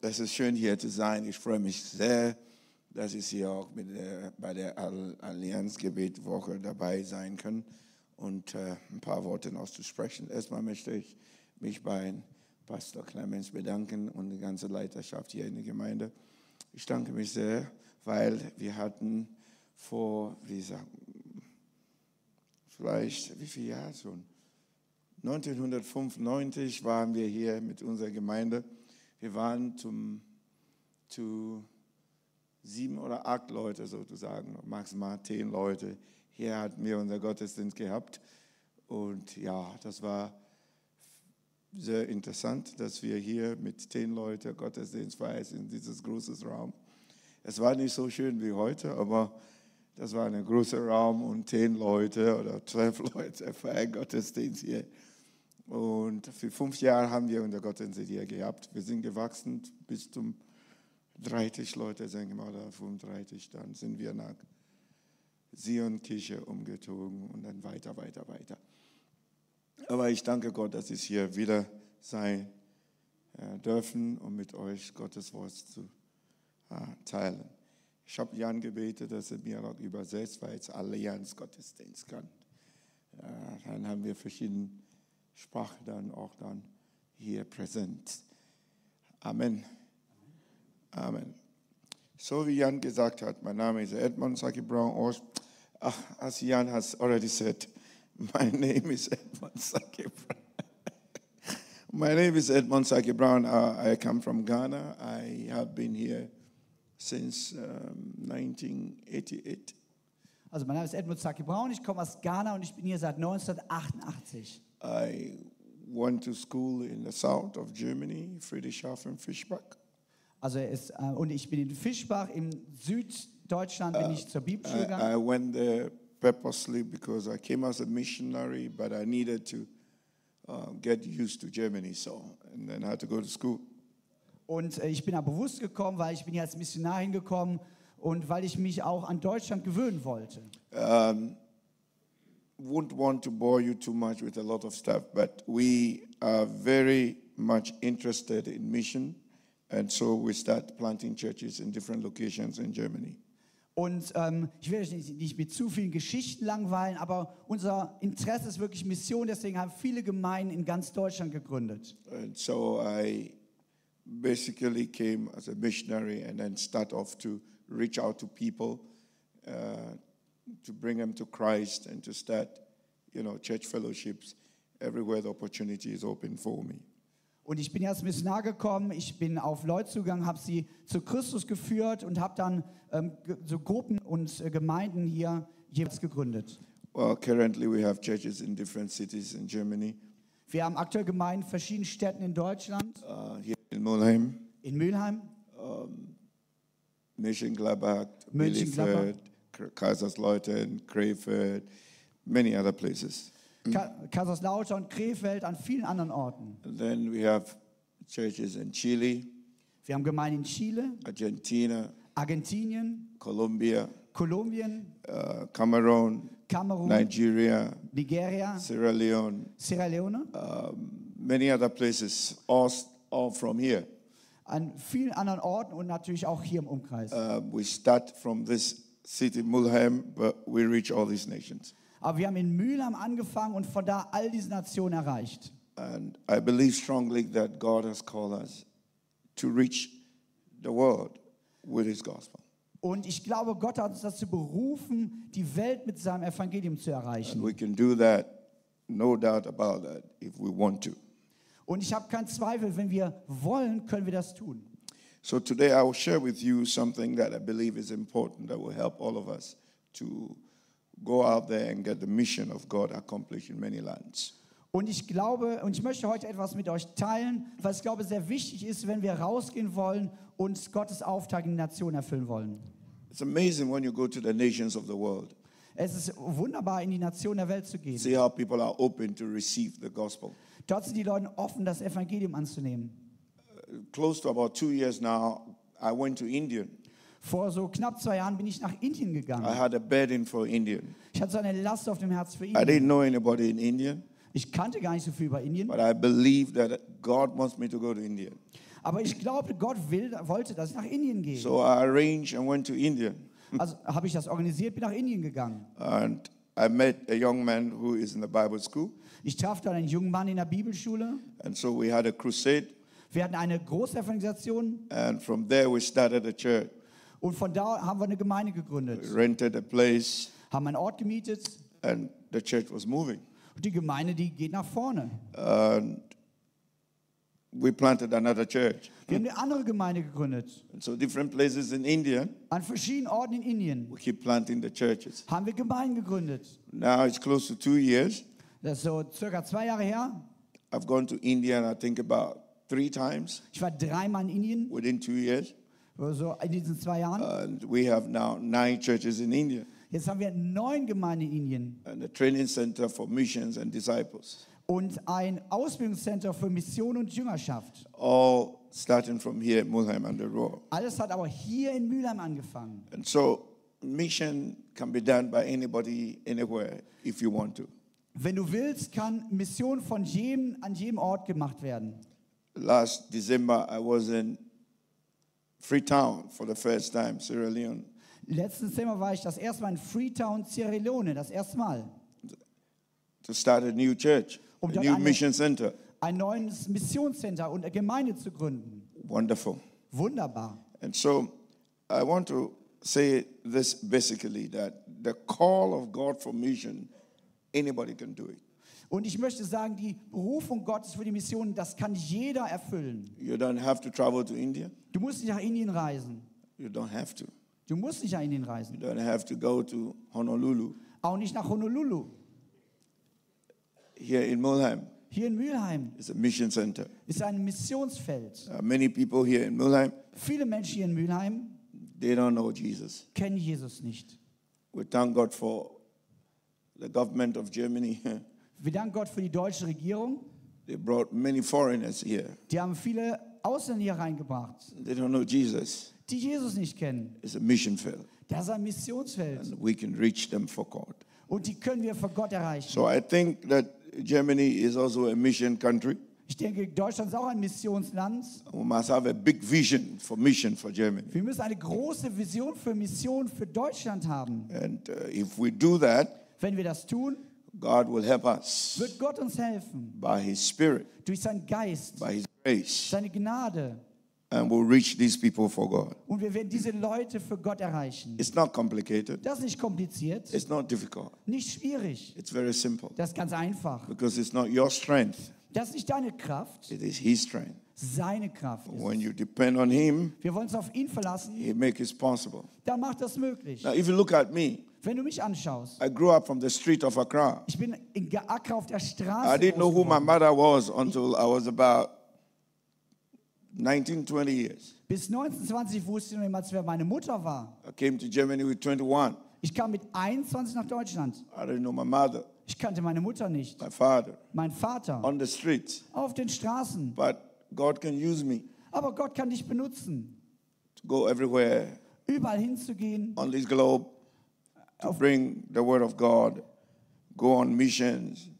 es ist schön hier zu sein. Ich freue mich sehr, dass ich hier auch mit der, bei der Allianzgebetwoche dabei sein kann und äh, ein paar Worte noch zu sprechen. Erstmal möchte ich mich bei Pastor Clemens bedanken und die ganze Leiterschaft hier in der Gemeinde. Ich danke mich sehr, weil wir hatten vor, wie sagen, vielleicht, wie viele Jahre schon? 1995 waren wir hier mit unserer Gemeinde. Wir waren zum, zu sieben oder acht Leute sozusagen, maximal zehn Leute. Hier hatten wir unser Gottesdienst gehabt. Und ja, das war sehr interessant, dass wir hier mit zehn Leuten Gottesdienst feiern in dieses großes Raum. Es war nicht so schön wie heute, aber das war ein großer Raum und zehn Leute oder zwölf Leute feiern Gottesdienst hier. Und für fünf Jahre haben wir unser Gottesdienst hier gehabt. Wir sind gewachsen bis zum 30 Leute, sagen wir mal, oder 35. Dann sind wir nach Sion-Kirche umgezogen und dann weiter, weiter, weiter. Aber ich danke Gott, dass ich hier wieder sein äh, dürfen, um mit euch Gottes Wort zu äh, teilen. Ich habe Jan gebetet, dass er mir auch übersetzt, weil es Allianz Gottesdienst kann. Äh, dann haben wir verschiedene Sprache dann auch dann hier präsent. Amen. Amen. So wie Jan gesagt hat, mein Name ist Edmund Saki Brown Osh. Ach, as Jan has already said, my name is Edmund Saki Brown. my name is Edmund Saki Brown. Uh, I come from Ghana. I have been here since um, 1988. Also mein Name ist Edmund Zaki Braun, ich komme aus Ghana und ich bin hier seit 1988. I went to school in the south of Germany, Friedrichshafen, Fischbach. Also er ist, äh, und ich bin in Fischbach im Süddeutschland bin ich zur Bibelschule gegangen. I, I went there purposely because I came as a missionary, but I needed to uh, get used to Germany, so and then I had to go to school. Und äh, ich bin da bewusst gekommen, weil ich bin hier als Missionar hingekommen und weil ich mich auch an Deutschland gewöhnen wollte. Wouldn't want to bore you too much with a lot of stuff, but we are very much interested in mission, and so we start planting churches in different locations in Germany. Und ähm, ich will euch nicht, nicht mit zu vielen Geschichten langweilen, aber unser Interesse ist wirklich Mission, deswegen haben viele Gemeinden in ganz Deutschland gegründet. And so I basically came as a missionary and then start off to reach out to people, uh, to bring them to Christ and to start, you know, church fellowships everywhere the opportunity is open for me. Und ich bin ja als Missionar gekommen, ich bin auf Leute zugegangen, habe sie zu Christus geführt und habe dann ähm, ge- so Gruppen und äh, Gemeinden hier jeweils gegründet. Well, currently we have churches in different cities in Germany, Wir haben aktuell Gemeinden in verschiedenen Städten in Deutschland, uh, here in Mulheim, in Mülheim, Mönchengladbach, Mönchengladbach. Bielefeld, K- Kaiserslautern, Krefeld, many other places. Ka Kaiserslautern, Krefeld, an vielen anderen Orten. And then we have churches in Chile, Wir haben Gemeinden in Chile, Argentina, Argentinien, Colombia, Kolumbien, uh, Cameroon, Kamerun, Nigeria, Nigeria, Sierra Leone, Sierra Leone, many other places, all, all from here. an vielen anderen Orten und natürlich auch hier im Umkreis. Uh, we start from this city, Mulheim, but we reach all these nations. Aber wir haben in Mülheim angefangen und von da all diese Nationen erreicht. And I believe strongly that God has called us to reach the world with his gospel. Und ich glaube, Gott hat uns dazu berufen, die Welt mit seinem Evangelium zu And erreichen. we can do that, no doubt about that, if we want to. Und ich habe keinen Zweifel, wenn wir wollen, können wir das tun. So today I will share with you something that I believe is important that will help all of us to go out there and get the mission of God accomplished in many lands. Und ich glaube, und ich möchte heute etwas mit euch teilen, was ich glaube sehr wichtig ist, wenn wir rausgehen wollen und Gottes Auftrag in die Nation erfüllen wollen. It's amazing when you go to the nations of the world, Es ist wunderbar, in die Nation der Welt zu gehen. see how people are open to receive the gospel. Dort sind die Leute offen, das Evangelium anzunehmen. Close to about two years now, I went to India. Vor so knapp zwei Jahren bin ich nach Indien I gegangen. had a burden for Indian. Ich hatte so eine Last auf dem Herz für I Indien. didn't know anybody in India, Ich kannte gar nicht so viel über Indien, but I believed that God wants me to go to India. Aber ich glaube, Gott will, wollte, dass ich nach Indien gehe. So I arranged and went to India. Also habe ich das organisiert, bin nach Indien gegangen. And I met a young man who is in the Bible school. Ich traf dann einen jungen Mann in der Bibelschule. And so we had a crusade. Wir hatten eine Großevangelisation And from there, we started a church. und von da haben wir eine Gemeinde gegründet. We rented a place, Haben einen Ort gemietet and the church was moving. und die Gemeinde, die geht nach vorne. And we planted another church. Wir haben eine andere Gemeinde gegründet. And so, different places in India, An verschiedenen Orten in Indien we keep planting the churches. haben wir Gemeinden gegründet. Now it's close to two years. Das ist so circa zwei Jahre her. I've gone to India, and I think about three times Ich war dreimal in Indien, within two years. so in diesen zwei Jahren. And we have now nine churches in India Jetzt haben wir neun Gemeinden in Indien and a training center for missions and disciples, und ein Ausbildungscenter für Mission und Jüngerschaft. all starting from here at Mulheim and the Roar. Alles hat aber hier in Mülheim angefangen. And so, mission can be done by anybody, anywhere, if you want to. Wenn du willst, kann Mission von jedem an jedem Ort gemacht werden. Last December, I was in Freetown for the first time, Sierra Leone. Letzten Zimmer war ich das erste Mal in Freetown, Sierra Leone, das erste Mal. to start a new church, a Um dort new eine- mission center. Ein neues Missionscenter und eine Gemeinde zu gründen. Wonderful. Wunderbar. And so I want to say this basically that the call of God for mission, anybody can do it. Und ich möchte sagen, die Berufung Gottes für die Mission, das kann jeder erfüllen. You don't have to travel to India. Du musst nicht nach Indien reisen. You don't have to. You Du musst nicht nach Indien reisen. don't have to go to Honolulu Auch nicht nach Honolulu. here in Mulheim. Hier in Mülheim It's a mission center. ist ein Missionsfeld. There are many people here in Mulheim, Viele Menschen hier in Mülheim they don't know Jesus. kennen Jesus nicht. We thank God for the government of Germany. Wir danken Gott für die deutsche Regierung. they brought many foreigners here. Die haben viele Ausländer hier reingebracht, They don't know Jesus. die Jesus nicht kennen. It's a mission field. Das ist ein Missionsfeld. and we can reach them for God. Und die können wir vor Gott erreichen. So I think that Germany is also a mission country. Ich denke, Deutschland ist auch ein Missionsland. We must have a big vision for mission for Germany. Wir müssen eine große Vision für Mission für Deutschland haben. And uh, if we do that, Wenn wir das tun, God will help us wird Gott uns helfen. by His Spirit, Durch seinen Geist, by His grace, seine Gnade. and we'll reach these people for God. Und wir werden diese Leute für Gott erreichen. It's not complicated, Das ist nicht kompliziert, it's not difficult, nicht schwierig. it's very simple Das ist ganz einfach. because it's not your strength, Das ist nicht deine Kraft, it is His strength. seine Kraft. Ist. When you depend on Him, Wir wollen uns auf ihn verlassen, He makes it possible. dann macht das möglich. Now, if you look at me, Wenn du mich anschaust, I grew up from the street of Accra. ich bin in Ge- Accra auf der Straße. I didn't know who my groß geworden. mother was until I was about 19, 20 years. Bis 1920 wusste ich noch niemals, wer meine Mutter war. I came to Germany with 21. Ich kam mit 21 nach Deutschland. I didn't know my mother, Ich kannte meine Mutter nicht, my father, mein Vater, on the streets. auf den Straßen. But God can use me Aber Gott kann dich benutzen, to go everywhere überall hinzugehen, on this globe to bring the word of God, go on missions,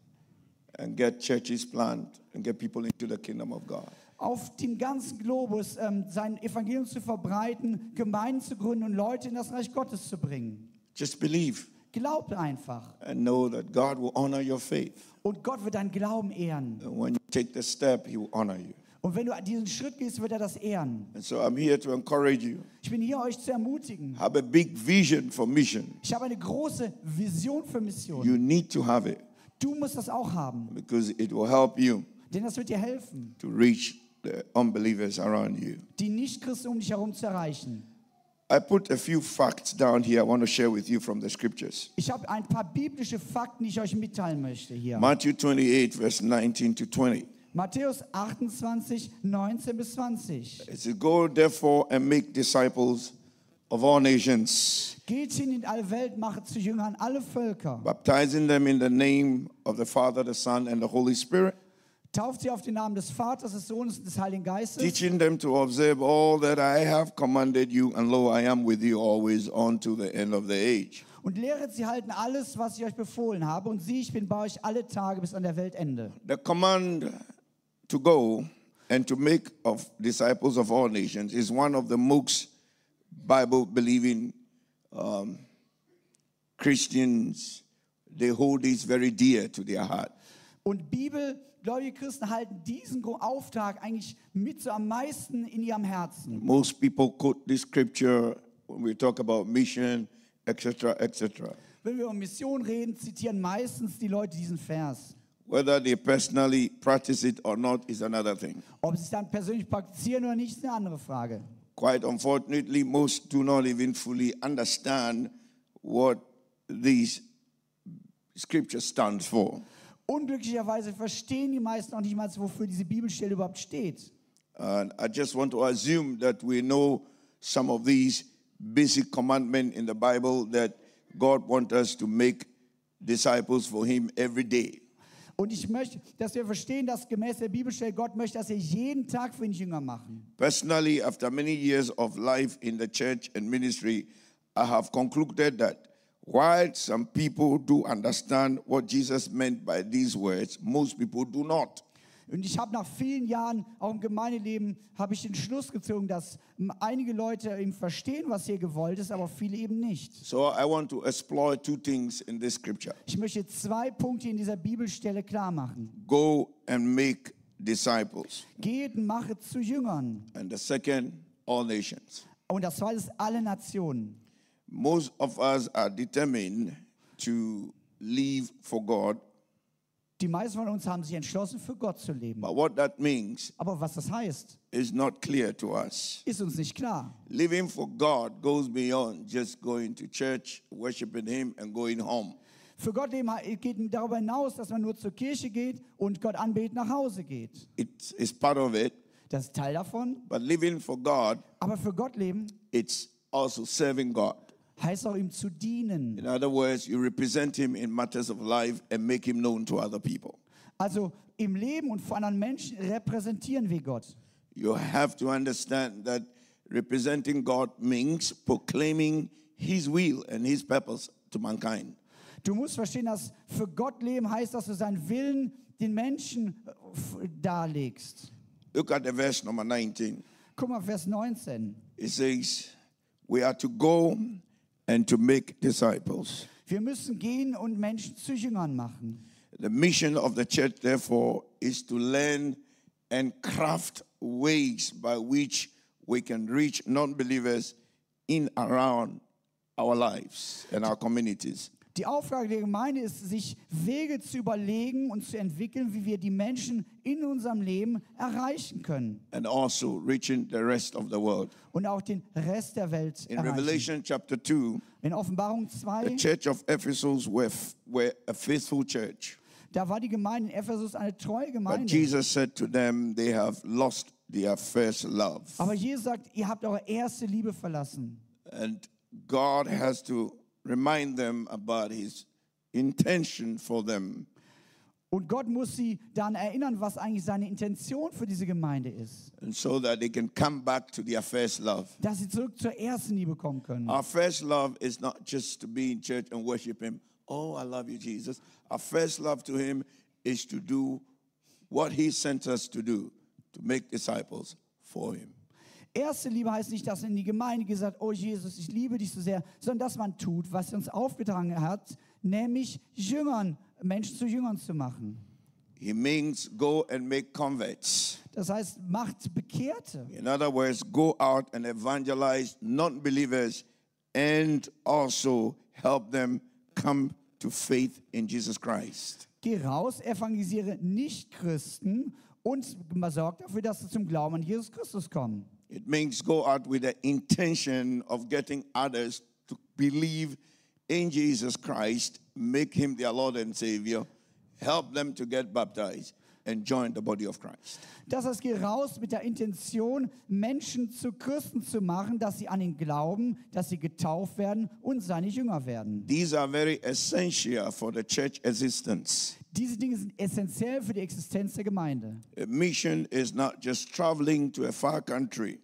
and get churches planted and get people into the kingdom of God. auf dem ganzen Globus ähm, sein Evangelium zu verbreiten, Gemeinden zu gründen und Leute in das Reich Gottes zu bringen. Just believe Glaub einfach. and know that God will honor your faith. Und Gott wird deinen Glauben ehren. And when you take the step, He will honor you. Und wenn du diesen Schritt gehst, wird er das ehren. And so I'm here to encourage you. Ich bin hier, euch zu ermutigen. Have a big vision for mission. Ich habe eine große Vision für Mission. You need to have it Du musst das auch haben, because it will help you denn das wird dir helfen, to reach the unbelievers around you. die Nichtchristen um dich herum zu erreichen. I put a few facts down here I want to share with you from the scriptures. Ich habe ein paar biblische Fakten, die ich euch mitteilen möchte hier. Matthew 28, verse 19 to 20. Matthäus 28, 19 bis 20. It says, Go therefore and make disciples of all nations, Geht hin in alle Welt, macht zu Jüngern alle Völker. baptizing them in the name of the Father, the Son, and the Holy Spirit, Tauft sie auf den Namen des Vaters, des Sohnes und des Heiligen Geistes. teaching them to observe all that I have commanded you, and lo, I am with you always unto the end of the age. Und lehret sie halten alles, was ich euch befohlen habe. Und sieh, ich bin bei euch alle Tage bis an der Weltende. The command to go and to make of disciples of all nations is one of the MOOCs Bible believing um, Christians. They hold this very dear to their heart. Und bibelgläubige Christen halten diesen Gro- Auftrag eigentlich mit so am meisten in ihrem Herzen. Most people quote this scripture when we talk about mission, etc., etc. Wenn wir über Mission reden, zitieren meistens die Leute diesen Vers. Whether they personally practice it or not is another thing. Ob sie es dann persönlich praktizieren oder nicht, ist eine andere Frage. Quite unfortunately, most do not even fully understand what these scripture stands for. Unglücklicherweise verstehen die meisten noch nicht mal, wofür diese Bibelstelle überhaupt steht. And I just want to assume that we know some of these basic commandments in the Bible that God wants us to make disciples for Him every day. Und ich möchte, dass wir verstehen, dass gemäß der Bibelstelle Gott möchte, dass wir jeden Tag für ihn Jünger machen. Personally, after many years of life in the church and ministry, I have concluded that while some people do understand what Jesus meant by these words, most people do not. Und ich habe nach vielen Jahren, auch im Gemeindeleben, habe ich den Schluss gezogen, dass m, einige Leute eben verstehen, was hier gewollt ist, aber viele eben nicht. So I want to explore two things in this scripture Ich möchte zwei Punkte in dieser Bibelstelle klar machen. go and make disciples, Geht und machet zu Jüngern. and the second, all nations. Und das zweite ist alle Nationen. Most of us are determined to live for God, Die meisten von uns haben sich entschlossen, für Gott zu leben. but what that means Aber was das heißt, is not clear to us. ist uns nicht klar. Living for God goes beyond just going to church, worshiping Him, and going home. Für Gott leben geht darüber hinaus, dass man nur zur Kirche geht und Gott anbetet nach Hause geht. It's, it's part of it, Das ist Teil davon. but living for God, Aber für Gott leben it's also serving God. heißt auch ihm zu dienen. In other words, you represent Him in matters of life and make Him known to other people. Also im Leben und vor anderen Menschen repräsentieren wir Gott. You have to understand that representing God means proclaiming His will and His purpose to mankind. Du musst verstehen, dass für Gott leben heißt, dass du seinen Willen den Menschen äh, f- darlegst. Look at the verse number 19. Guck mal, Vers 19. It says, We are to go and to make disciples. Wir müssen gehen und Menschen zu Jüngern machen. The mission of the church, therefore, is to learn and craft ways by which we can reach non believers in around our lives and our communities. Die Aufgabe der Gemeinde ist, sich Wege zu überlegen und zu entwickeln, wie wir die Menschen in unserem Leben erreichen können And also reaching the rest of the world. und auch den Rest der Welt In erreichen. Revelation chapter 2, In Offenbarung the 2, church of Ephesus were, f- were a faithful church. da war die Gemeinde in Ephesus eine treue But Gemeinde. Jesus said to them, They have lost their first love. Aber Jesus sagt, ihr habt eure erste Liebe verlassen. And God has to remind them about his intention for them. Und Gott muss sie daran erinnern, was eigentlich seine Intention für diese Gemeinde ist. And so that they can come back to their first love. Dass sie zurück zur ersten Liebe kommen können. Our first love is not just to be in church and worship him. Oh, I love you, Jesus. Our first love to him is to do what he sent us to do, to make disciples for him. Erste Liebe heißt nicht, dass in die Gemeinde gesagt, oh Jesus, ich liebe dich so sehr, sondern dass man tut, was er uns aufgetragen hat, nämlich Jüngern, Menschen zu Jüngern zu machen. He means go and make converts. Das heißt, macht Bekehrte. In other words, go out and evangelize non believers and also help them come to faith in Jesus Christ. Geh raus, evangelisiere Nichtchristen und sorg dafür, dass sie zum Glauben an Jesus Christus kommen. It means go out with the intention of getting others to believe in Jesus Christ, make him their Lord and Savior, help them to get baptized and join the body of Christ. Das heißt, geh raus mit der Intention, Menschen zu Christen zu machen, dass sie an ihn glauben, dass sie getauft werden und seine Jünger werden. These are very essential for the church existence. Diese Dinge sind essentiell für die Existenz der Gemeinde. A mission is not just traveling to a far country.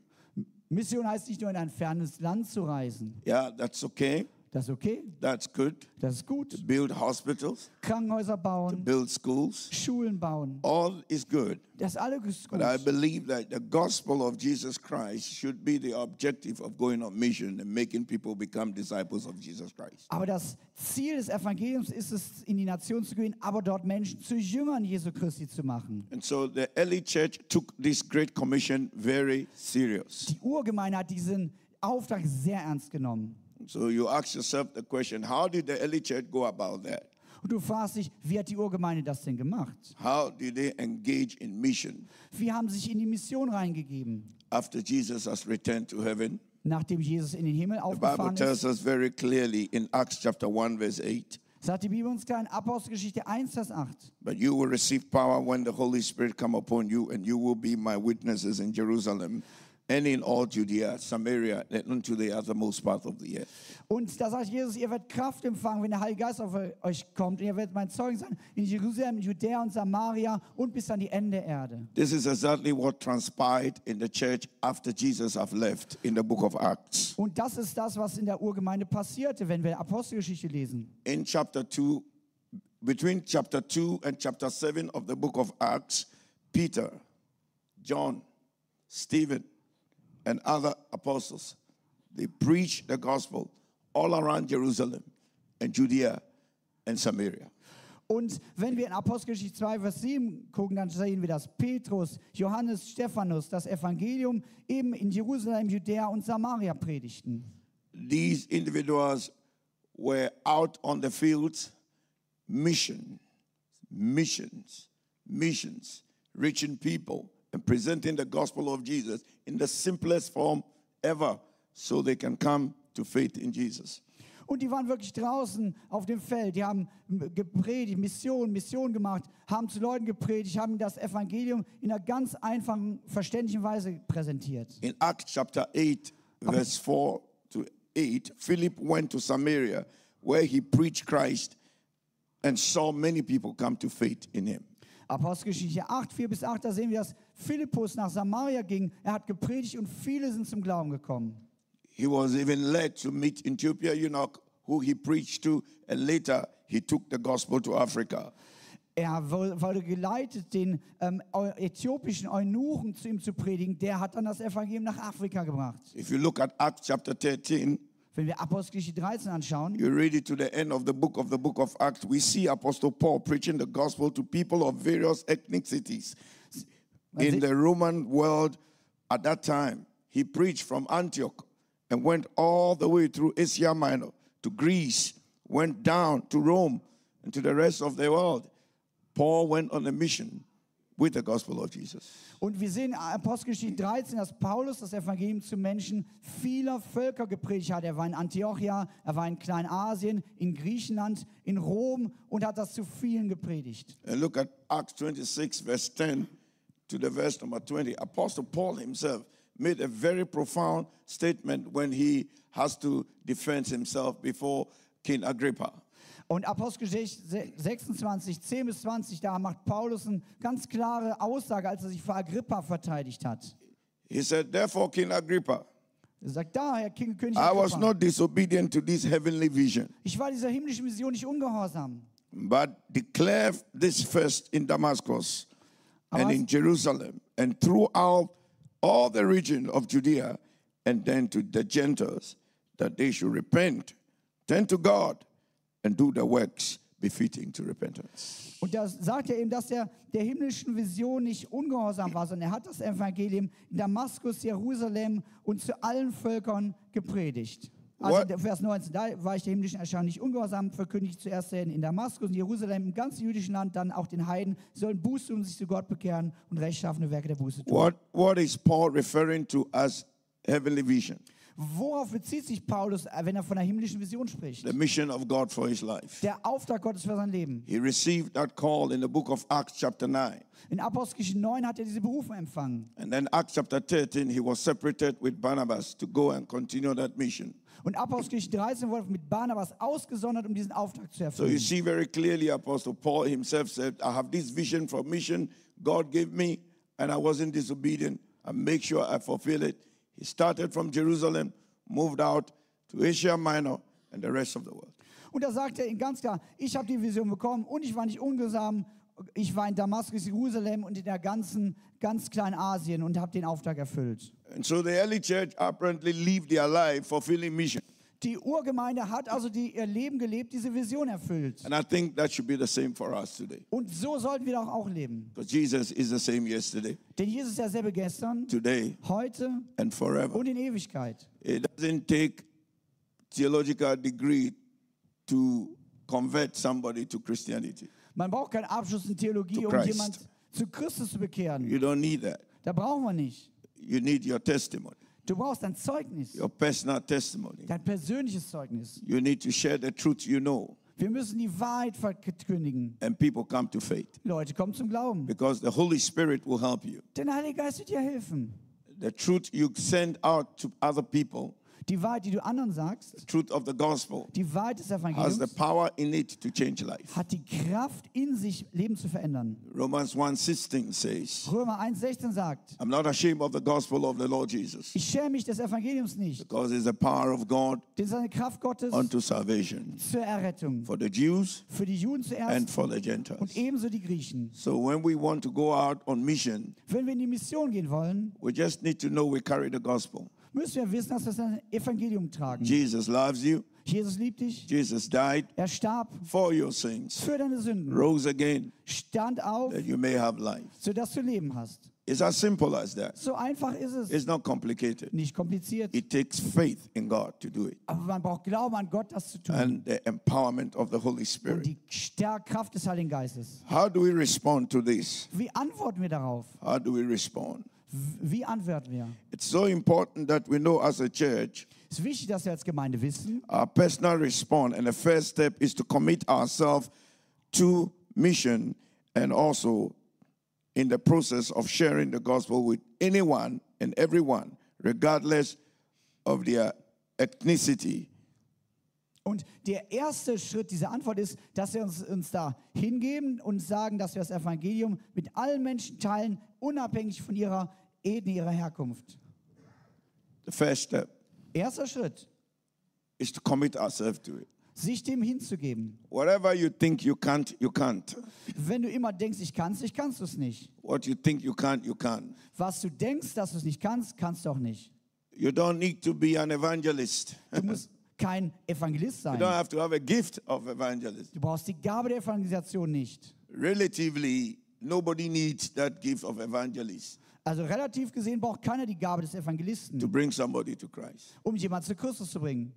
Mission heißt nicht nur in ein fernes Land zu reisen. Yeah, that's okay. Das ist okay, That's good. das ist gut. Build hospitals, Krankenhäuser bauen, build schools. Schulen bauen. All is good. Das ist alles gut. But I believe that the gospel of Jesus Christ should be the objective of going on mission and making people become disciples of Jesus Christ. Aber das Ziel des Evangeliums ist es, in die Nation zu gehen, aber dort Menschen zu Jüngern Jesu Christi zu machen. And so the early church took this great commission very serious. Die Urgemeinde hat diesen Auftrag sehr ernst genommen. So you ask yourself the question, how did the early church go about that? Und du fragst dich, wie hat die Urgemeinde das denn gemacht? How did they engage in mission Wie haben sie sich in die Mission reingegeben, after Jesus has returned to heaven? nachdem Jesus in den Himmel The Bible aufgefahren ist? tells us very clearly in Acts chapter 1 verse 8, Sagt die Bibel uns klar in Apostelgeschichte 1, Vers 8. But you will receive power when the Holy Spirit come upon you, and you will be my witnesses in Jerusalem and in all Judea, Samaria, and unto the uttermost part of the earth. Und da sagt Jesus, ihr werdet Kraft empfangen, wenn der Heilige Geist auf euch kommt. Und ihr werdet mein Zeugen sein in Jerusalem, Judäa und Samaria und bis an die Ende der Erde. This is exactly what transpired in the church after Jesus have left in the book of Acts. Und das ist das, was in der Urgemeinde passierte, wenn wir Apostelgeschichte lesen. In chapter 2, between chapter 2 and chapter 7 of the book of Acts, Peter, John, Stephen, and other apostles. They preached the gospel all around Jerusalem and Judea and Samaria. Und wenn wir in Apostelgeschichte 2, Vers 7 gucken, dann sehen wir, dass Petrus, Johannes, Stephanus das Evangelium eben in Jerusalem, Judäa und Samaria predigten. These individuals were out on the fields, mission, missions, missions, reaching people and presenting the gospel of Jesus in the simplest form ever so they can come to faith in Jesus. Und die waren wirklich draußen auf dem Feld. Die haben gepredigt, Mission, Mission gemacht, haben zu Leuten gepredigt, haben das Evangelium in einer ganz einfachen, verständlichen Weise präsentiert. In Acts chapter 8, verse 4 to 8, Philip went to Samaria where he preached Christ and saw many people come to faith in him. Apostelgeschichte 8, 4 bis 8, da sehen wir, dass Philippus nach Samaria ging. Er hat gepredigt und viele sind zum Glauben gekommen. He was even led to meet in Ethiopia eunuch who he preached to, and later he took the gospel to Africa. Er wo- wurde geleitet, den ähm, Eu- äthiopischen Eunuchen zu ihm zu predigen. Der hat dann das Evangelium nach Afrika gebracht. If you look at Acts chapter 13, Wenn wir Apostelgeschichte 13 anschauen, you read it to the end of the book of the book of Acts, we see Apostle Paul preaching the gospel to people of various ethnicities in the Roman world at that time. He preached from Antioch and went all the way through Asia Minor to Greece, went down to Rome and to the rest of the world. Paul went on a mission with the gospel of Jesus. Und wir sehen in Apostelgeschichte 13, dass Paulus das Evangelium zu Menschen vieler Völker gepredigt hat. Er war in Antiochia, er war in Kleinasien, in Griechenland, in Rom und hat das zu vielen gepredigt. And look at Acts 26, verse 10 to the verse number 20. Apostle Paul himself made a very profound statement when he has to defend himself before King Agrippa. Und Apostelgeschichte se- 26, 10 bis 20, da macht Paulus eine ganz klare Aussage, als er sich vor Agrippa verteidigt hat. He said, Therefore, King Agrippa, Er sagt, da, Herr King, König I was Agrippa, not disobedient to this heavenly vision, ich war dieser himmlischen Vision nicht ungehorsam. but declare this first in Damascus and Aber- in Jerusalem and throughout all the region of Judea and then to the Gentiles that they should repent, turn to God, and do the works befitting to repentance. Und da sagt er eben, dass er der himmlischen Vision nicht ungehorsam war, sondern er hat das Evangelium in Damaskus, Jerusalem und zu allen Völkern gepredigt. Also What- der Vers 19, da war ich der himmlischen Erscheinung nicht ungehorsam, verkündigt zuerst den in Damaskus und Jerusalem, im ganzen jüdischen Land, dann auch den Heiden, Sie sollen Buße um sich zu Gott bekehren und rechtschaffene Werke der Buße tun. What, what is Paul referring to as heavenly vision? Worauf bezieht sich Paulus, äh, wenn er von der himmlischen Vision spricht? The mission of God for his life. Der Auftrag Gottes für sein Leben. He received that call in the book of Acts, chapter 9. In Apostelgeschichte 9 hat er diese Berufung empfangen. And then Acts chapter 13, he was separated with Barnabas to go and continue that mission. Und Apostelgeschichte 13 wurde mit Barnabas ausgesondert, um diesen Auftrag zu So you erfüllen. see very clearly, Apostle Paul himself said, I have this vision for mission God gave me, and I wasn't disobedient. I make sure I fulfill it. He started from Jerusalem, moved out to Asia Minor, and the rest of the world. Und da sagt er ihm ganz klar, ich habe die Vision bekommen und ich war nicht ungehorsam. Ich war in Damaskus, Jerusalem und in der ganzen, ganz kleinen Asien und habe den Auftrag erfüllt. And so the early church apparently lived their life fulfilling mission. Die Urgemeinde hat also die, ihr Leben gelebt, diese Vision erfüllt. And I think that should be the same for us today. Und so sollten wir doch auch leben. Because Jesus is the same yesterday, Denn Jesus ist derselbe gestern, today, heute and forever. und in Ewigkeit. It doesn't take theological degree to convert somebody to Christianity. Man braucht keinen Abschluss in Theologie, To um Christ. jemand zu Christus zu bekehren. You don't need that. Da brauchen wir nicht. You need your testimony, Du brauchst ein Zeugnis, your personal testimony. dein persönliches Zeugnis. You need to share the truth you know, Wir müssen die Wahrheit verkündigen. and people come to faith Leute, kommen zum Glauben. because the Holy Spirit will help you. Denn der Heilige Geist wird dir helfen. The truth you send out to other people, Die Wahrheit, die du anderen sagst, truth of the gospel, die Wahrheit des Evangeliums, has the power in it to change life. hat die Kraft in sich, Leben zu verändern. Romans 1:16 says, Römer 1,16 sagt, I'm not ashamed of the gospel of the Lord Jesus, ich schäme mich des Evangeliums nicht, because it's the power of God denn es ist eine Kraft Gottes unto salvation zur Errettung. for the Jews Für die Juden and zuerst for the Gentiles. und ebenso die Griechen. So when we want to go out on mission, Wenn wir in die Mission gehen wollen, we just need to know we carry the gospel. müssen wir wissen, dass wir das Evangelium tragen. Jesus loves you. Jesus liebt dich. Jesus died Er starb for your sins, für deine Sünden. rose again Stand auf, that you may have life. sodass du Leben hast. It's as simple as that. So einfach ist es. It's not complicated. Nicht kompliziert. It takes faith in God to do it Aber man braucht Glauben an Gott, das zu tun. and the empowerment of the Holy Und Spirit. die Stärk- Kraft des Heiligen Geistes. How do we respond to this? Wie antworten wir darauf? How do we respond? W- Wie antworten wir? It's so important that we know as a church Es ist wichtig, dass wir als Gemeinde wissen, our personal response and the first step is to commit ourselves to mission and also in the process of sharing the gospel with anyone and everyone regardless of their ethnicity Und der erste Schritt dieser Antwort ist, dass wir uns, uns da hingeben und sagen, dass wir das Evangelium mit allen Menschen teilen, unabhängig von ihrer Ethnie, ihrer Herkunft. the first step Erster Schritt, is to commit ourselves to it sich dem hinzugeben. whatever you think you can't you can't Wenn du immer denkst, ich kann's nicht, kannst du es nicht. what you think you can't you can Was du denkst, dass du es nicht kannst, kannst du auch nicht. you don't need to be an evangelist Du musst kein Evangelist you don't sein. have to have a gift of evangelism Du brauchst die Gabe der Evangelisation nicht. relatively nobody needs that gift of evangelist Also relativ gesehen braucht keiner die Gabe des to Evangelisten, bring somebody to Christ. um jemanden zu Christus zu bringen.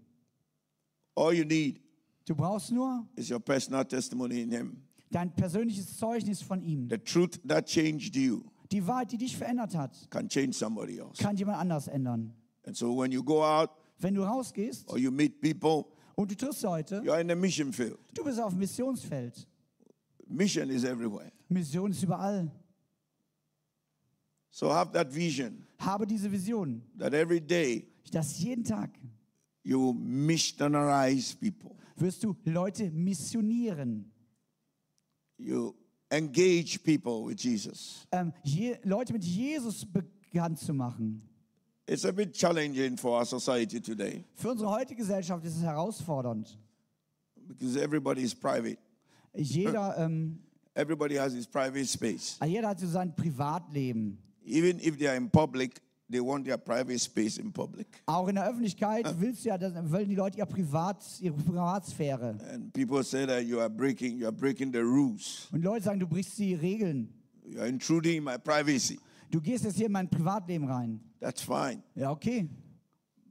All you need Du brauchst nur is your personal testimony in Him, dein persönliches Zeugnis von ihm. the truth that changed you. Die Wahrheit, die dich verändert hat, Can change somebody else. kann jemand anders ändern. And so when you go out Wenn du rausgehst or you meet people, und du triffst Leute, you are in a mission field. du bist auf dem Missionsfeld. Mission is everywhere. Mission ist überall. So have that vision Habe diese Vision, that every day dass jeden Tag you will missionarize people. wirst du Leute missionieren. You engage people with Jesus. Ähm, je, Leute mit Jesus bekannt zu machen. It's a bit challenging for our society today Für unsere heutige Gesellschaft ist es herausfordernd. because everybody is private. Jeder, ähm, Everybody has his private space. jeder hat so sein Privatleben. Even if they are in public, they want their private space in public. Auch in der Öffentlichkeit willst du ja, das- wollen die Leute ihr Privat, ihre Privatsphäre. And people say that you are breaking, you are breaking the rules. Und Leute sagen, du brichst die Regeln. You are intruding in my privacy. Du gehst jetzt hier in mein Privatleben rein. That's fine. Ja, okay.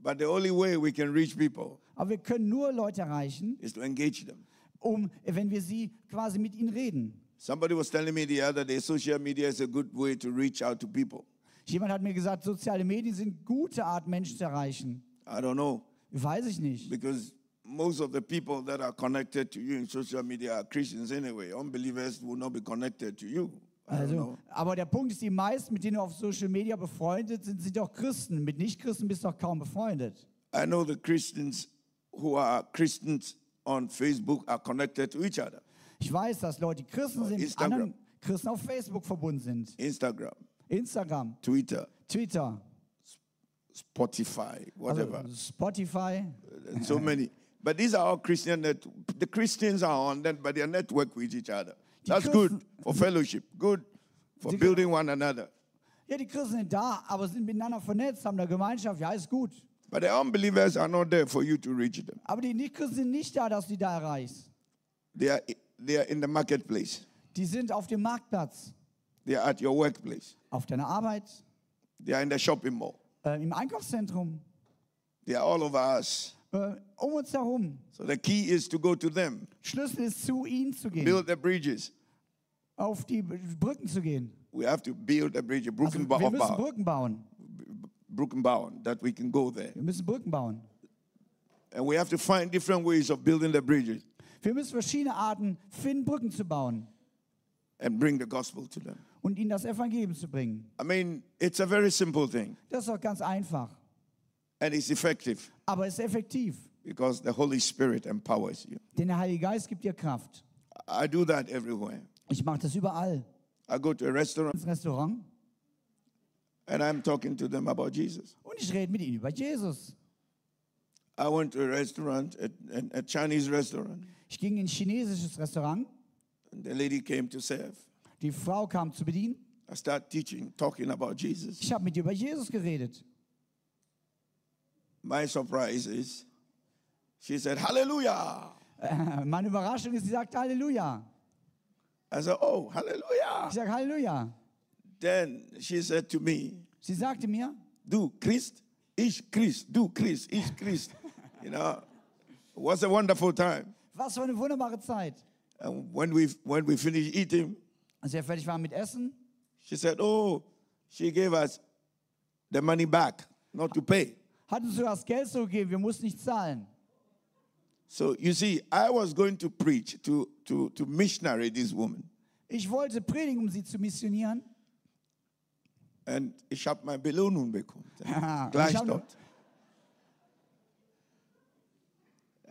But the only way we can reach people Aber wir können nur Leute erreichen, is to engage them. um, wenn wir sie quasi mit ihnen reden. Somebody was telling me the other day, social media is a good way to reach out to people. Jemand hat mir gesagt, soziale Medien sind gute Art, Menschen zu erreichen. I don't know, Weiß ich nicht. because most of the people that are connected to you in social media are Christians anyway. Unbelievers will not be connected to you. I don't Also, know. aber der Punkt ist, die meisten, mit denen du auf Social Media befreundet sind, sind doch Christen. Mit Nichtchristen bist du doch kaum befreundet. I know the Christians who are Christians on Facebook are connected to each other. Ich weiß, dass Leute, die Christen sind, mit Oh, Instagram. anderen Christen auf Facebook verbunden sind. Instagram, Instagram, Twitter, Twitter, Spotify, whatever. also Spotify. so many. But these are all Christian net. The Christians are on that, but they are network with each other. Die That's Christen- good for fellowship. Good for Die- building one another. Ja, die Christen sind da, aber sind miteinander vernetzt, haben eine Gemeinschaft. Ja, ist gut. But the unbelievers are not there for you to reach them. Aber die Nichtchristen sind nicht da, dass du die da erreichst. They are they are in the marketplace. Die sind auf dem Marktplatz, They are at your workplace. auf deiner Arbeit, They are in the shopping mall. äh, im Einkaufszentrum, They are all over us. äh, um uns herum. So the key is to go to them, Schlüssel ist, zu ihnen zu gehen, build the bridges. auf die Brücken zu gehen. We have to build a bridge, Also, wir Brückenbau, müssen Brücken bauen. Brückenbau, that we can go there. Wir müssen Brücken bauen. And we have to find different ways of building the bridges Wir müssen verschiedene Arten finden, Brücken zu bauen and bring the gospel to them. und ihnen das Evangelium zu bringen. I mean, it's a very simple thing, Das ist doch ganz einfach. and it's effective Aber es ist effektiv, because the Holy Spirit empowers you. denn der Heilige Geist gibt dir Kraft. I do that everywhere. Ich mache das überall. I go to a restaurant Ins Restaurant and I'm talking to them about Jesus. und ich rede mit ihnen über Jesus. I went to a restaurant, a, a, a Chinese restaurant, Ich ging in ein chinesisches Restaurant. and the lady came to serve. Die Frau kam zu bedienen. I start teaching, talking about Jesus. Ich habe mit ihr über Jesus geredet. My surprise is she said, Hallelujah. Äh, meine Überraschung ist, sie sagt Halleluja. I said, Oh, Ich Hallelujah. sage Halleluja. Then she said to me, Sie sagte mir, Du Christ, ich Christ, du Christ, ich Christ. You know, it was a wonderful time. was für eine wunderbare Zeit. And when we when we finished eating, Als wir fertig waren mit Essen, she said, "Oh, she gave us the money back, not to pay." hat uns sogar das Geld zurückgegeben, wir mussten nicht zahlen. So you see, I was going to preach to to to missionary this woman, Ich wollte predigen, um sie zu missionieren. and ich habe meine Belohnung bekommen. Ah, Gleich ich hab- dort.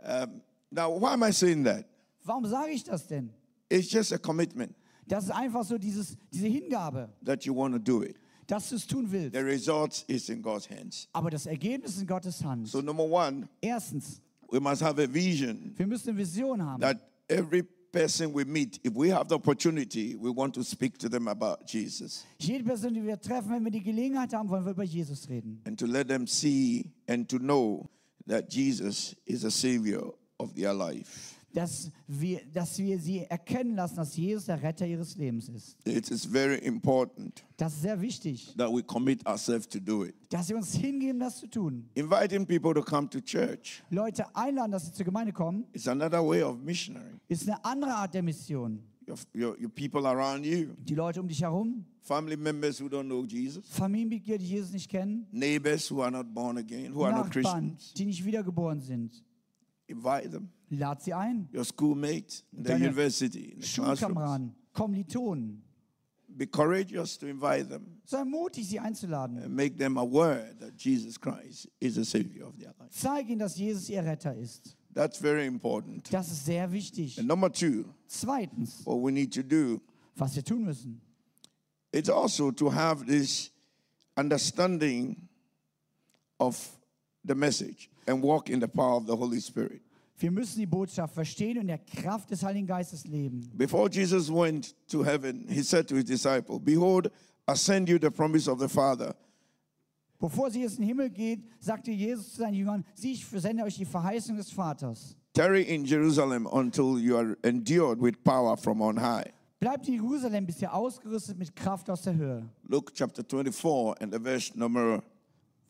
Um, now, why am I saying that? Warum sage ich das denn? It's just a commitment Das ist einfach so dieses, diese Hingabe, that you want to do it. dass du es tun willst. The result is in God's hands. Aber das Ergebnis ist in Gottes Hand. So, number one, Erstens, we must have a vision wir müssen eine Vision haben. that every person we meet, if we have the opportunity, we want to speak to them about Jesus Jede Person, die wir treffen, wenn wir die Gelegenheit haben, wollen wir über Jesus reden. and to let them see and to know that Jesus is a savior of their life. Dass wir, dass wir sie erkennen lassen, dass Jesus der Retter ihres Lebens ist. It is very important Das ist sehr wichtig, that we commit ourselves to do it. dass wir uns hingeben, das zu tun. Inviting people to come to church Leute einladen, dass sie zur Gemeinde kommen, is another way of missionary. ist eine andere Art der Mission. Your, your, your people around you, Die Leute um dich herum, family members who don't know Jesus, Familienmitglieder, die Jesus nicht kennen, neighbors who are not born again, who are not Nachbarn, Christians, die nicht wiedergeboren sind. invite them. Lad sie ein. Your schoolmates in the Deine university, in the classroom. Schulkameraden, Kommilitonen. Be courageous to invite them Sei mutig, sie einzuladen. and make them aware that Jesus Christ is the Savior of their life. Zeig ihnen, dass Jesus ihr Retter ist. That's very important. Das ist sehr wichtig. And number two, Zweitens, what we need to do was wir tun müssen, It's also to have this understanding of the message and walk in the power of the Holy Spirit. wir müssen die Botschaft verstehen und in der Kraft des Heiligen Geistes leben. Before Jesus went to heaven, he said to his disciple, Behold, I send you the promise of the Father. Bevor sie jetzt in den Himmel geht, sagte Jesus zu seinen Jüngern, sieh, ich versende euch die Verheißung des Vaters. Tarry in Jerusalem until you are endured with power from on high. Bleibt in Jerusalem, bis ihr ausgerüstet mit Kraft aus der Höhe. Luke chapter 24 and the verse number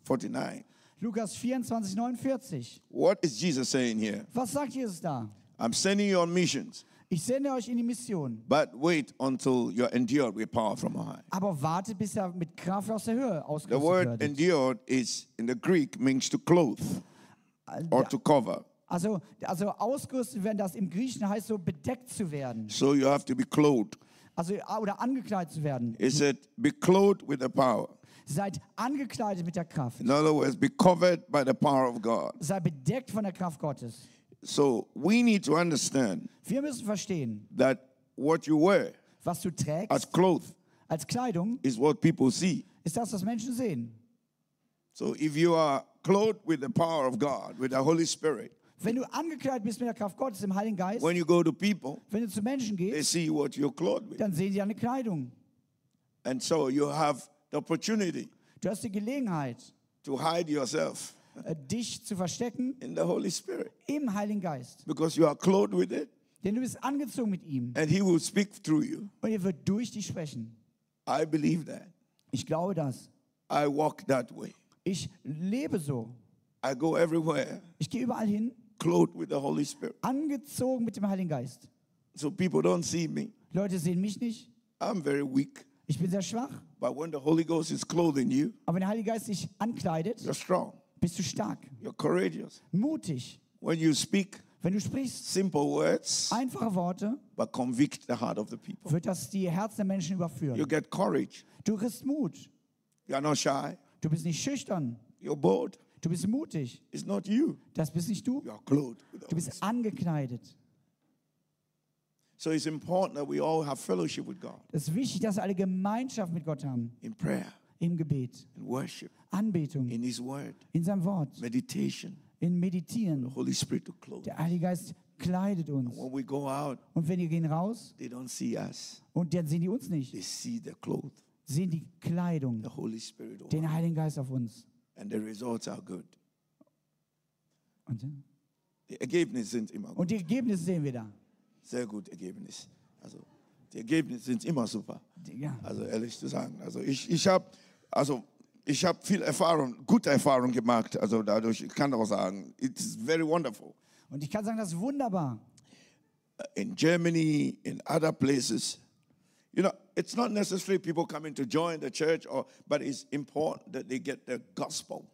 49. Lukas 24, 49. What is Jesus saying here? Was sagt Jesus da? I'm sending you on missions, Ich sende euch in die Mission, but wait until you're endured with power from on high. aber wartet, bis ihr mit Kraft aus der Höhe The ausgerüstet word werdet. endured is in the Greek means to clothe or to cover. Also, also ausgerüstet werden, das im Griechen heißt so, bedeckt zu werden. So you have to be clothed. Also, oder angekleidet zu werden. It said, be clothed with the power. Seid angekleidet mit der Kraft. In other words, be covered by the power of God. Sei bedeckt von der Kraft Gottes. So we need to understand Wir müssen verstehen, that what you wear was du as trägst clothes als Kleidung, is what people see. ist das, was Menschen sehen. So if you are clothed with the power of God, with the Holy Spirit, Wenn du angekleidet bist mit der Kraft Gottes, im Heiligen Geist, When you go to people, wenn du zu Menschen they gehst, see what you're clothed with. dann sehen sie deine Kleidung. And so you have the opportunity Du hast die Gelegenheit, to hide yourself äh, dich zu verstecken in the Holy Spirit im Heiligen Geist. because you are clothed with it Denn du bist angezogen mit ihm and He will speak through you. und er wird durch dich sprechen. I believe that. Ich glaube das. I walk that way. Ich lebe so. I go everywhere Ich gehe überall hin, clothed with the Holy Spirit. angezogen mit dem Heiligen Geist. So people don't see me. Leute sehen mich nicht. I'm very weak. Ich bin sehr schwach. But when the Holy Ghost is clothing you, Aber wenn der Heilige Geist dich ankleidet, you're strong, bist du stark, you're courageous. mutig. When you speak Wenn du sprichst simple words, einfache Worte, but convict the heart of the people, wird das die Herzen der Menschen you überführen. get courage. Du kriegst Mut. You're not shy. Du bist nicht schüchtern. You're bold. Du bist mutig. It's not you. Das bist nicht du. You are clothed. With the Du Holy bist Spirit. angekleidet. So it's important that we all have fellowship with God Es ist wichtig, dass wir alle Gemeinschaft mit Gott haben. in prayer, Im Gebet, in worship, Anbetung, in His Word, in seinem Wort, meditation, in Meditieren. Holy Spirit to clothe. Der Heilige Geist kleidet uns. When we go out, Und wenn die gehen raus, they don't see us. und dann sehen die uns nicht, They see the clothe, sehen die Kleidung, the Holy Spirit. over. den Heiligen Geist auf uns. And the results are good. Und, The Ergebnis sind immer gut. und die Ergebnisse sehen wir da. Sehr gut Ergebnis. Also, die Ergebnisse sind immer super. Ja. Also ehrlich zu sagen, also ich, ich habe also ich habe viel Erfahrung, gute Erfahrung gemacht, also dadurch ich kann auch sagen, it's very wonderful. Und ich kann sagen, das ist wunderbar. In Germany, in other places, you know, it's not necessarily people coming to join the church or but it's important that they get the gospel.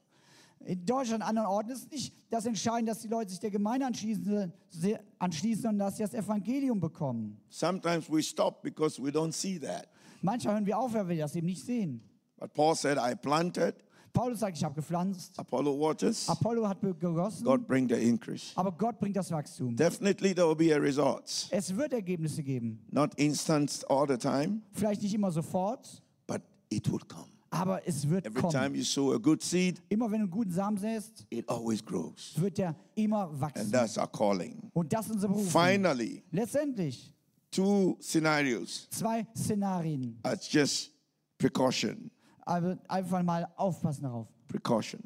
In Deutschland, an anderen Orten ist nicht das Entscheidende, dass die Leute sich der Gemeinde anschließen, se- anschließen sondern dass sie das Evangelium bekommen. Sometimes we stop because we don't see that. Manchmal hören wir auf, weil wir das eben nicht sehen. But Paul said, I planted, Paulus sagt, ich habe gepflanzt, Apollo waters, Apollo hat be- gegossen, God bring the increase. aber Gott bringt das Wachstum. Definitely there will be a results. Es wird Ergebnisse geben. Not instant all the time, Vielleicht nicht immer sofort, but it will come. aber es wird Every kommen. time you sow a good seed, Immer wenn du einen guten Samen säst, it always grows. wird er immer And wachsen. that's our calling. Und das ist unser Beruf. Finally, Letztendlich two scenarios zwei Szenarien. as just precaution. Also einfach mal aufpassen darauf. Precaution.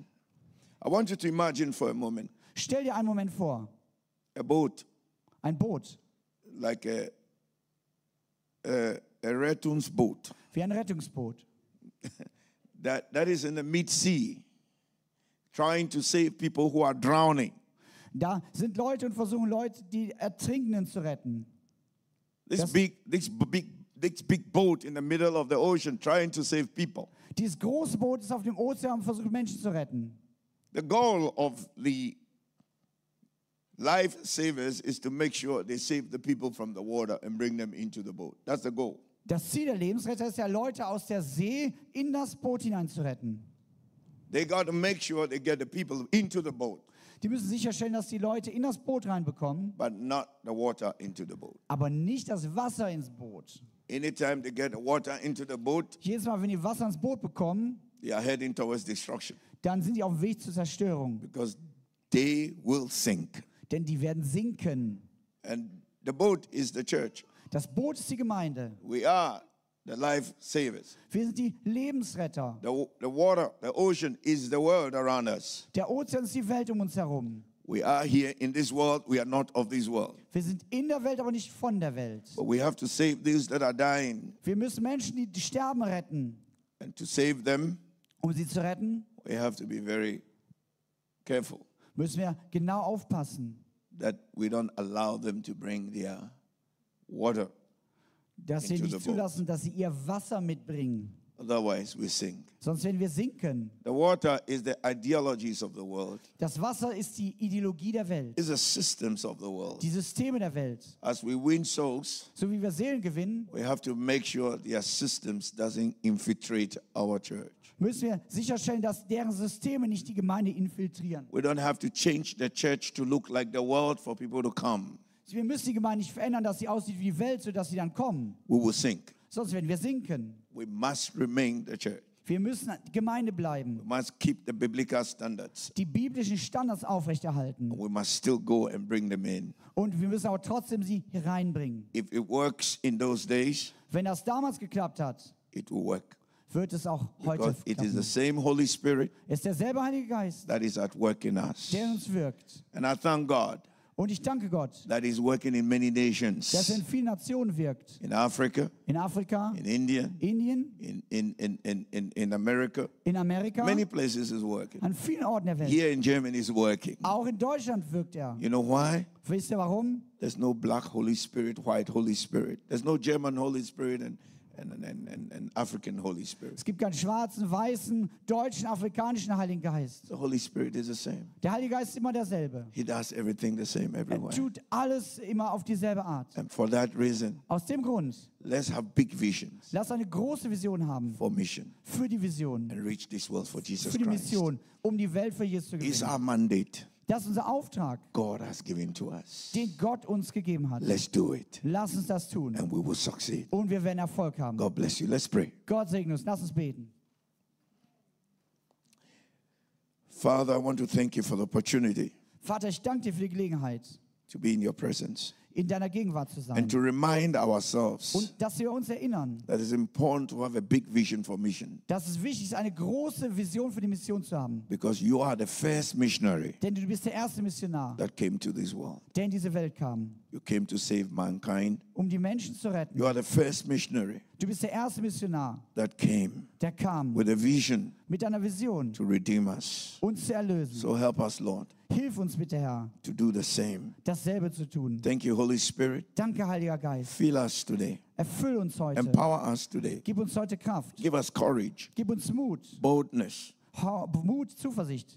I want you to imagine for a moment Stell dir einen Moment vor, a boat, ein Boot, like a, a, a retoons boat, wie ein Rettungsboot. that, that is in the mid sea, trying to save people who are drowning. Da sind Leute und versuchen Leute, die Ertrinkenden zu retten. This Yes. big, this b- big, this big boat in the middle of the ocean trying to save people. Dieses große Boot ist auf dem Ozean und versucht Menschen zu retten. The goal of the lifesavers is to make sure they save the people from the water and bring them into the boat. That's the goal. Das Ziel der Lebensretter ist ja, Leute aus der See in das Boot hinein zu retten. They got to make sure they get the people into the boat, Die müssen sicherstellen, dass die Leute in das Boot reinbekommen, but not the water into the boat. aber nicht das Wasser ins Boot. Anytime they get the water into the boat, Jedes Mal, wenn die Wasser ins Boot bekommen, they are heading towards destruction dann sind die auf dem Weg zur Zerstörung. because they will sink. Denn die werden sinken. And the boat is the church. Das Boot ist die Gemeinde. We are the lifesavers. Wir sind die Lebensretter. The, w- the water, the ocean is the world around us. Der Ozean ist die Welt um uns herum. We are here in this world. We are not of this world. Wir sind in der Welt, aber nicht von der Welt. But we have to save those that are dying. Wir müssen Menschen, die sterben, retten. And to save them, Um sie zu retten, we have to be very careful müssen wir genau aufpassen, that we don't allow them to bring their water. dass wir Into nicht the boat. zulassen, dass sie ihr Wasser mitbringen. Otherwise, we sink. Sonst werden wir sinken. The water is the ideologies of the world, Das Wasser ist die Ideologie der Welt, is the systems of the world. die Systeme der Welt. As we win souls, So wie wir Seelen gewinnen, we have to make sure their systems doesn't infiltrate our church. müssen wir sicherstellen, dass deren Systeme nicht die Gemeinde infiltrieren. We don't have to change the church to look like the world for people to come. Wir müssen die Gemeinde nicht verändern, dass sie aussieht wie die Welt, sodass sie dann kommen. We will sink. Sonst werden wir sinken. We must remain the church. Wir müssen Gemeinde bleiben, We must keep the biblical standards. die biblischen Standards aufrechterhalten We must still go and bring them in. und wir müssen aber trotzdem sie hier reinbringen. If it works in those days, Wenn das damals geklappt hat, it will work. wird es auch heute Because it is the klappen. same Holy Spirit Es ist derselbe Heilige Geist, that is at work in us. der in uns wirkt. And I thank God Und ich danke Gott, that is working in many dass er nations. in vielen Nationen wirkt. In Africa, In Afrika, in India, Indien, in, in, in, in, in, in America. in Amerika, Many places is working. an vielen Orten der Welt. Here in Germany is working. Auch in Deutschland wirkt er. You know why? Wisst ihr warum? There's no black Holy Spirit, white Holy Spirit. There's no German Holy Spirit and, and, and, and, and African Holy Spirit. Es gibt keinen schwarzen, weißen, deutschen, afrikanischen Heiligen Geist. The Holy Spirit is the same. Der Heilige Geist ist immer derselbe. He does everything the same Er everywhere. tut alles immer auf dieselbe Art. And for that reason, Aus dem Grund, let's have big visions lass eine große Vision haben for mission für die Vision, and reach this world for Jesus für die Christ. Mission, um die Welt für Jesus zu It's gewinnen. our mandate Das ist unser Auftrag, God has given to us. den Gott uns gegeben hat. Let's do it Lass uns das tun and we will succeed. und wir werden Erfolg haben. God bless you. Let's pray. Gott segne uns. Lass uns beten. Father, I want to thank you for the opportunity Vater, ich danke dir für die Gelegenheit, to be in your presence in deiner Gegenwart zu sein. and to remind ourselves Und dass wir uns erinnern, that it's important to have a big vision for mission dass es wichtig ist, eine große Vision für die Mission zu haben. because you are the first missionary Denn du bist der erste Missionar, that came to this world. der in diese Welt kam, You came to save mankind. um die Menschen zu retten. You are the first missionary Du bist der erste Missionar, that came der kam with a vision mit einer Vision, to redeem us. uns zu erlösen. So help us, Lord, Hilf uns bitte, Herr, to do the same. dasselbe zu tun. Thank you, Holy Spirit. Danke, Heiliger Geist. Fill us today. Erfüll uns heute. Empower us today. Gib uns heute Kraft. Give us courage, Gib uns Mut. boldness Ha- Mut, Zuversicht,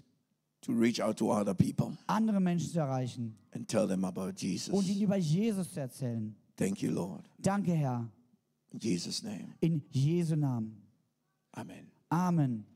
to reach out to other people andere Menschen zu erreichen and tell them about und Jesus. ihnen über Jesus zu erzählen. Thank you, Lord. Danke, Herr. In Jesus' name. In Jesu Namen. Amen. Amen.